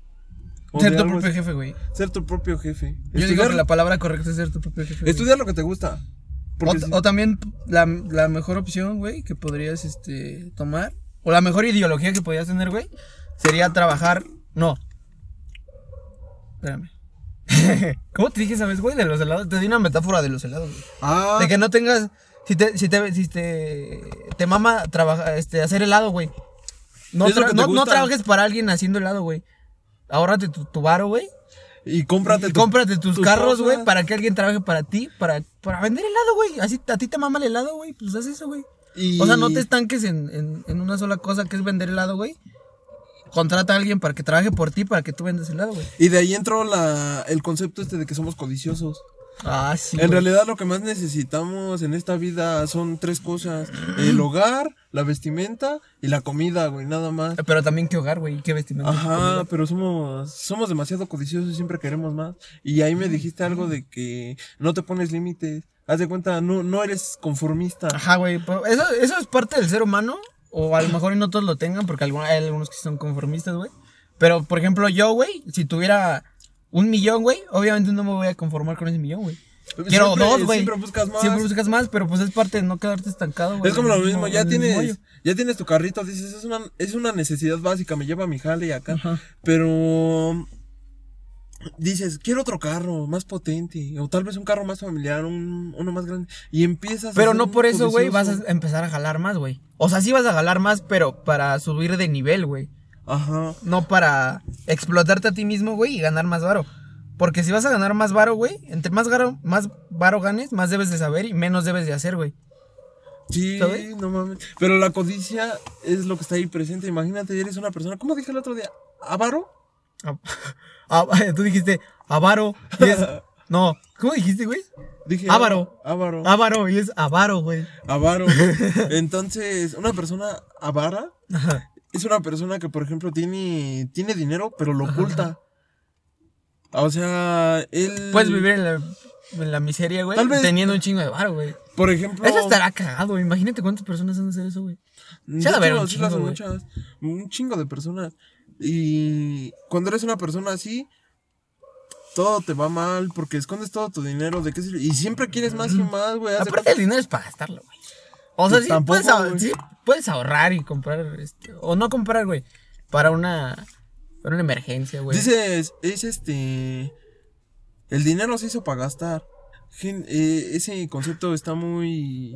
S2: O
S1: Ser
S2: de
S1: tu
S2: algo
S1: propio
S2: así.
S1: jefe, güey.
S2: Ser tu propio jefe.
S1: Yo digo
S2: Estudiar-
S1: que la palabra correcta es ser tu propio jefe. güey.
S2: Estudiar lo que te gusta.
S1: O,
S2: Porque si-
S1: o también la, la mejor opción, güey, que podrías este, tomar, o la mejor ideología que podrías tener, güey, sería trabajar. No. Espérame. *laughs* ¿Cómo te dije esa vez, güey, de los helados? Te di una metáfora de los helados, güey.
S2: Ah,
S1: De que no tengas. Si te, si te, si te, te mama trabaja, este, hacer helado, güey. No,
S2: Es lo
S1: tra-
S2: que te
S1: no, no
S2: gusta.
S1: trabajes para alguien haciendo helado, güey. Ahórrate tu, tu varo, güey.
S2: y cómprate,
S1: Y
S2: tu-
S1: cómprate tus, carros, güey,
S2: cosas.
S1: para que alguien trabaje para ti, para, para vender helado, güey. Así a ti te mama el helado, güey. Pues haz eso, güey.
S2: Y-
S1: O sea, no te estanques en, en- en una sola cosa que es vender helado, güey. Contrata a alguien para que trabaje por ti, para que tú vendas helado, güey.
S2: Y de ahí entró la, el concepto este de que somos codiciosos.
S1: Ah, sí.
S2: en
S1: güey.
S2: realidad lo que más necesitamos en esta vida son tres cosas. El hogar, la vestimenta y la comida, güey, nada más.
S1: Pero también qué hogar, güey, qué vestimenta.
S2: Ajá, pero somos, somos demasiado codiciosos y siempre queremos más. Y ahí me dijiste algo de que no te pones límites. Haz de cuenta, no, no eres conformista.
S1: Ajá, güey. pero Eso, eso es parte del ser humano. O a lo mejor y no todos lo tengan, porque algu- hay algunos que son conformistas, güey. Pero, por ejemplo, yo, güey, si tuviera un millón, güey, obviamente no me voy a conformar con ese millón, güey. Quiero
S2: Siempre-
S1: dos, güey.
S2: Siempre buscas más.
S1: Siempre buscas más, pero pues es parte de no quedarte estancado, güey.
S2: Es como
S1: en
S2: lo
S1: el
S2: mismo, ya
S1: en el hoyo.
S2: tienes, ya tienes tu carrito, dices, es una, es una necesidad básica, me lleva a mi jale y acá. Pero dices, quiero otro carro más potente, o tal vez un carro más familiar, un- uno más grande. Y empiezas a
S1: Pero
S2: ser
S1: no por eso, güey, vas
S2: codicioso.
S1: a empezar a jalar más, güey. O sea, sí vas a jalar más, pero para subir de nivel, güey.
S2: Ajá.
S1: No para explotarte a ti mismo, güey, y ganar más varo. Porque si vas a ganar más varo, güey, entre más varo, más varo ganes, más debes de saber y menos debes de hacer, güey.
S2: Sí,
S1: ¿Sabes?
S2: no mames. Pero la codicia es lo que está ahí presente. Imagínate, eres una persona, ¿cómo dije el otro día? ¿Avaro?
S1: *laughs* A- a- Ah, Tú dijiste avaro y
S2: *laughs*
S1: es... No, ¿cómo dijiste, güey?
S2: Dije.
S1: Avaro.
S2: Avaro.
S1: Avaro y es avaro, güey. *laughs*
S2: Avaro. Entonces, una persona avara
S1: Ajá.
S2: es una persona que, por ejemplo, tiene, tiene dinero, pero lo oculta. O sea, él.
S1: Puedes vivir en la, en la miseria, güey,
S2: Tal vez-
S1: teniendo un chingo de varo, güey.
S2: Por ejemplo.
S1: Eso estará cagado, güey. imagínate cuántas personas han de hacer eso, güey.
S2: de
S1: se ha de haber
S2: hecho,
S1: un
S2: sí lo hacen
S1: chingo, güey.
S2: muchas- un chingo de personas. Y cuando eres una persona así, todo te va mal porque escondes todo tu dinero. ¿De qué sirve? Y siempre quieres más y más, güey. Haz de
S1: Aparte, el dinero es para gastarlo, güey. O sea,
S2: Pues
S1: sí,
S2: tampoco,
S1: puedes ahor-
S2: güey.
S1: sí puedes ahorrar y comprar, este, o no comprar, güey, para una, para una emergencia, güey.
S2: Dices, es este. El dinero se hizo para gastar. Gen- eh, ese concepto está muy.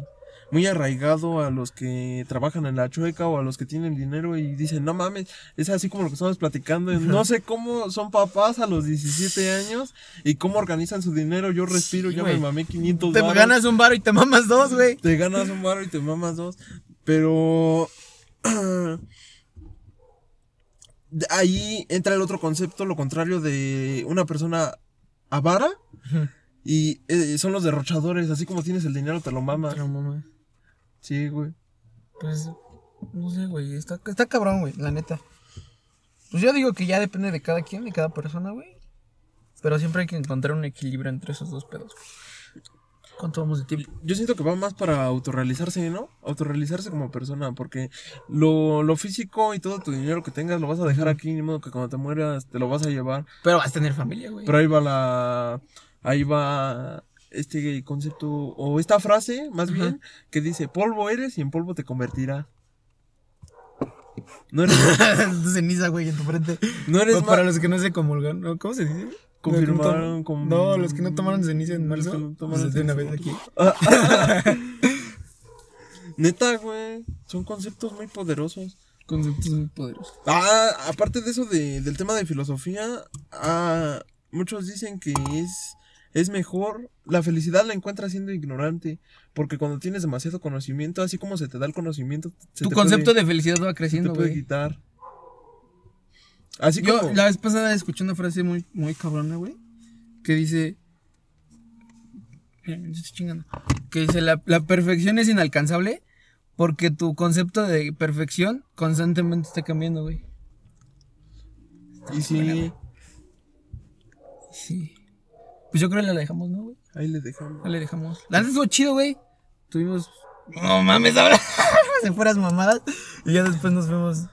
S2: Muy arraigado a los que trabajan en la chueca o a los que tienen dinero y dicen, no mames, es así como lo que estamos platicando.
S1: *laughs*
S2: No sé cómo son papás a los 17 años y cómo organizan su dinero. Yo respiro,
S1: Sí,
S2: yo
S1: güey.
S2: me mamé 500
S1: te
S2: varos,
S1: ganas un baro y te mamas dos, güey.
S2: Te ganas un baro y te mamas dos. Pero. *clears throat* de ahí entra el otro concepto, lo contrario de una persona avara. Y eh, son los derrochadores, así como tienes el dinero, te lo mamas.
S1: Pero, mamá,
S2: Sí, güey.
S1: pues, no sé, güey, está, está cabrón, güey, la neta. Pues yo digo que ya depende de cada quien, de cada persona, güey. Pero siempre hay que encontrar un equilibrio entre esos dos pedos, güey. ¿Cuánto vamos de tiempo?
S2: Yo siento que va más para autorrealizarse, ¿no? Autorrealizarse como persona, porque lo, lo físico y todo tu dinero que tengas lo vas a dejar aquí, ni modo que cuando te mueras te lo vas a llevar.
S1: Pero vas a tener familia, güey.
S2: Pero ahí va la. Ahí va este concepto, o esta frase, más bien, que dice: Polvo eres y en polvo te convertirás. No eres,
S1: *laughs* Ceniza, güey, en tu frente.
S2: no eres
S1: Pa- para
S2: más-
S1: los que no se comulgan, ¿no? ¿Cómo se dice?
S2: Confirmaron,
S1: No,
S2: com-
S1: No, los que no tomaron ceniza en marzo.
S2: Los que no tomaron
S1: pues, de una vez
S2: ceniza.
S1: aquí.
S2: Neta, güey. Son conceptos muy poderosos.
S1: Conceptos muy poderosos.
S2: Ah, aparte de eso de- del tema de filosofía, ah, muchos dicen que es, es mejor, la felicidad la encuentras siendo ignorante, porque cuando tienes demasiado conocimiento, así como se te da el conocimiento, se
S1: Tu
S2: te
S1: concepto
S2: puede,
S1: de felicidad va
S2: se te
S1: creciendo,
S2: puede
S1: güey.
S2: quitar. Así
S1: Yo
S2: como...
S1: la vez pasada escuché una frase muy, muy cabrona, güey. Que dice. Mira, me estoy chingando. Que dice: la, la perfección es inalcanzable porque tu concepto de perfección constantemente está cambiando, güey.
S2: Y sí,
S1: Sí. Pues yo creo que la dejamos, ¿no, güey?
S2: ahí le dejamos.
S1: Ya le dejamos. La neta estuvo chido, güey. Tuvimos. No mames, ahora. *laughs* de puras mamadas. Y ya después nos vemos.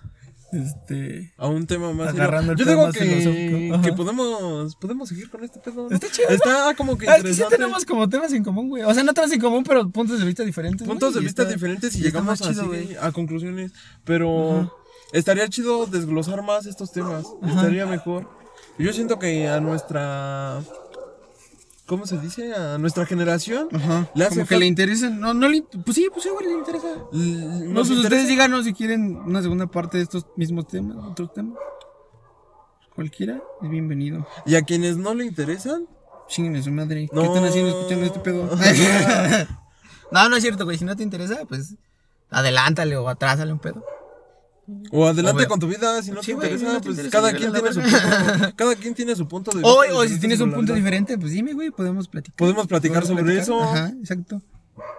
S1: Este.
S2: A un tema más. serio.
S1: Agarrando el
S2: Yo
S1: pedo
S2: digo
S1: más
S2: que,
S1: filosófico. Ajá.
S2: que podemos, podemos seguir con este pedo. ¿no?
S1: Está chido,
S2: Está como que
S1: Ah, es que sí
S2: interesante.
S1: tenemos como temas en común, güey. O sea, no temas en común, pero puntos de vista diferentes.
S2: puntos de
S1: güey, y
S2: vista
S1: está-
S2: diferentes y
S1: y está
S2: llegamos
S1: más chido,
S2: así
S1: güey.
S2: a conclusiones. Pero estaría chido desglosar más estos temas. Estaría mejor. Yo siento que a nuestra. ¿Cómo se dice? A nuestra generación.
S1: Ajá.
S2: Le hace
S1: como que
S2: fal-
S1: le interesa. No, no le. in- Pues sí, pues sí, güey, le interesa.
S2: l-
S1: No,
S2: nos
S1: pues
S2: interesa-
S1: ustedes díganos si quieren una segunda parte de estos mismos temas, otros temas. Cualquiera es bienvenido.
S2: Y a quienes no le interesan.
S1: Chinguen a su madre.
S2: No.
S1: ¿Qué están haciendo escuchando este pedo?
S2: *laughs*
S1: no, no es cierto, güey. Si no te interesa, pues adelántale o atrásale un pedo.
S2: O adelante
S1: Obvio.
S2: con tu vida. Si no
S1: Sí,
S2: te
S1: güey,
S2: interesa,
S1: no te
S2: pues
S1: interesa,
S2: cada
S1: vela
S2: quien,
S1: la
S2: tiene su
S1: verga. *laughs*
S2: punto, cada quien tiene su punto de vista.
S1: O, o
S2: diferente
S1: si tienes un
S2: sobre la
S1: punto
S2: vida.
S1: diferente, pues dime, güey, podemos platicar.
S2: Podemos platicar sobre eso.
S1: Ajá, exacto.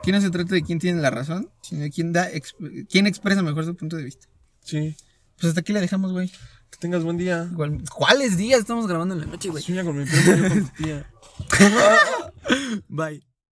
S1: Aquí no se trata de quién tiene la razón, sino de quién, da exp- quién expresa mejor su punto de vista.
S2: Sí.
S1: Pues hasta aquí la dejamos, güey.
S2: Que tengas buen día.
S1: Igual- ¿Cuáles días estamos grabando en la noche, güey?
S2: Sueña con mi primo, yo con tu tía.
S1: Bye.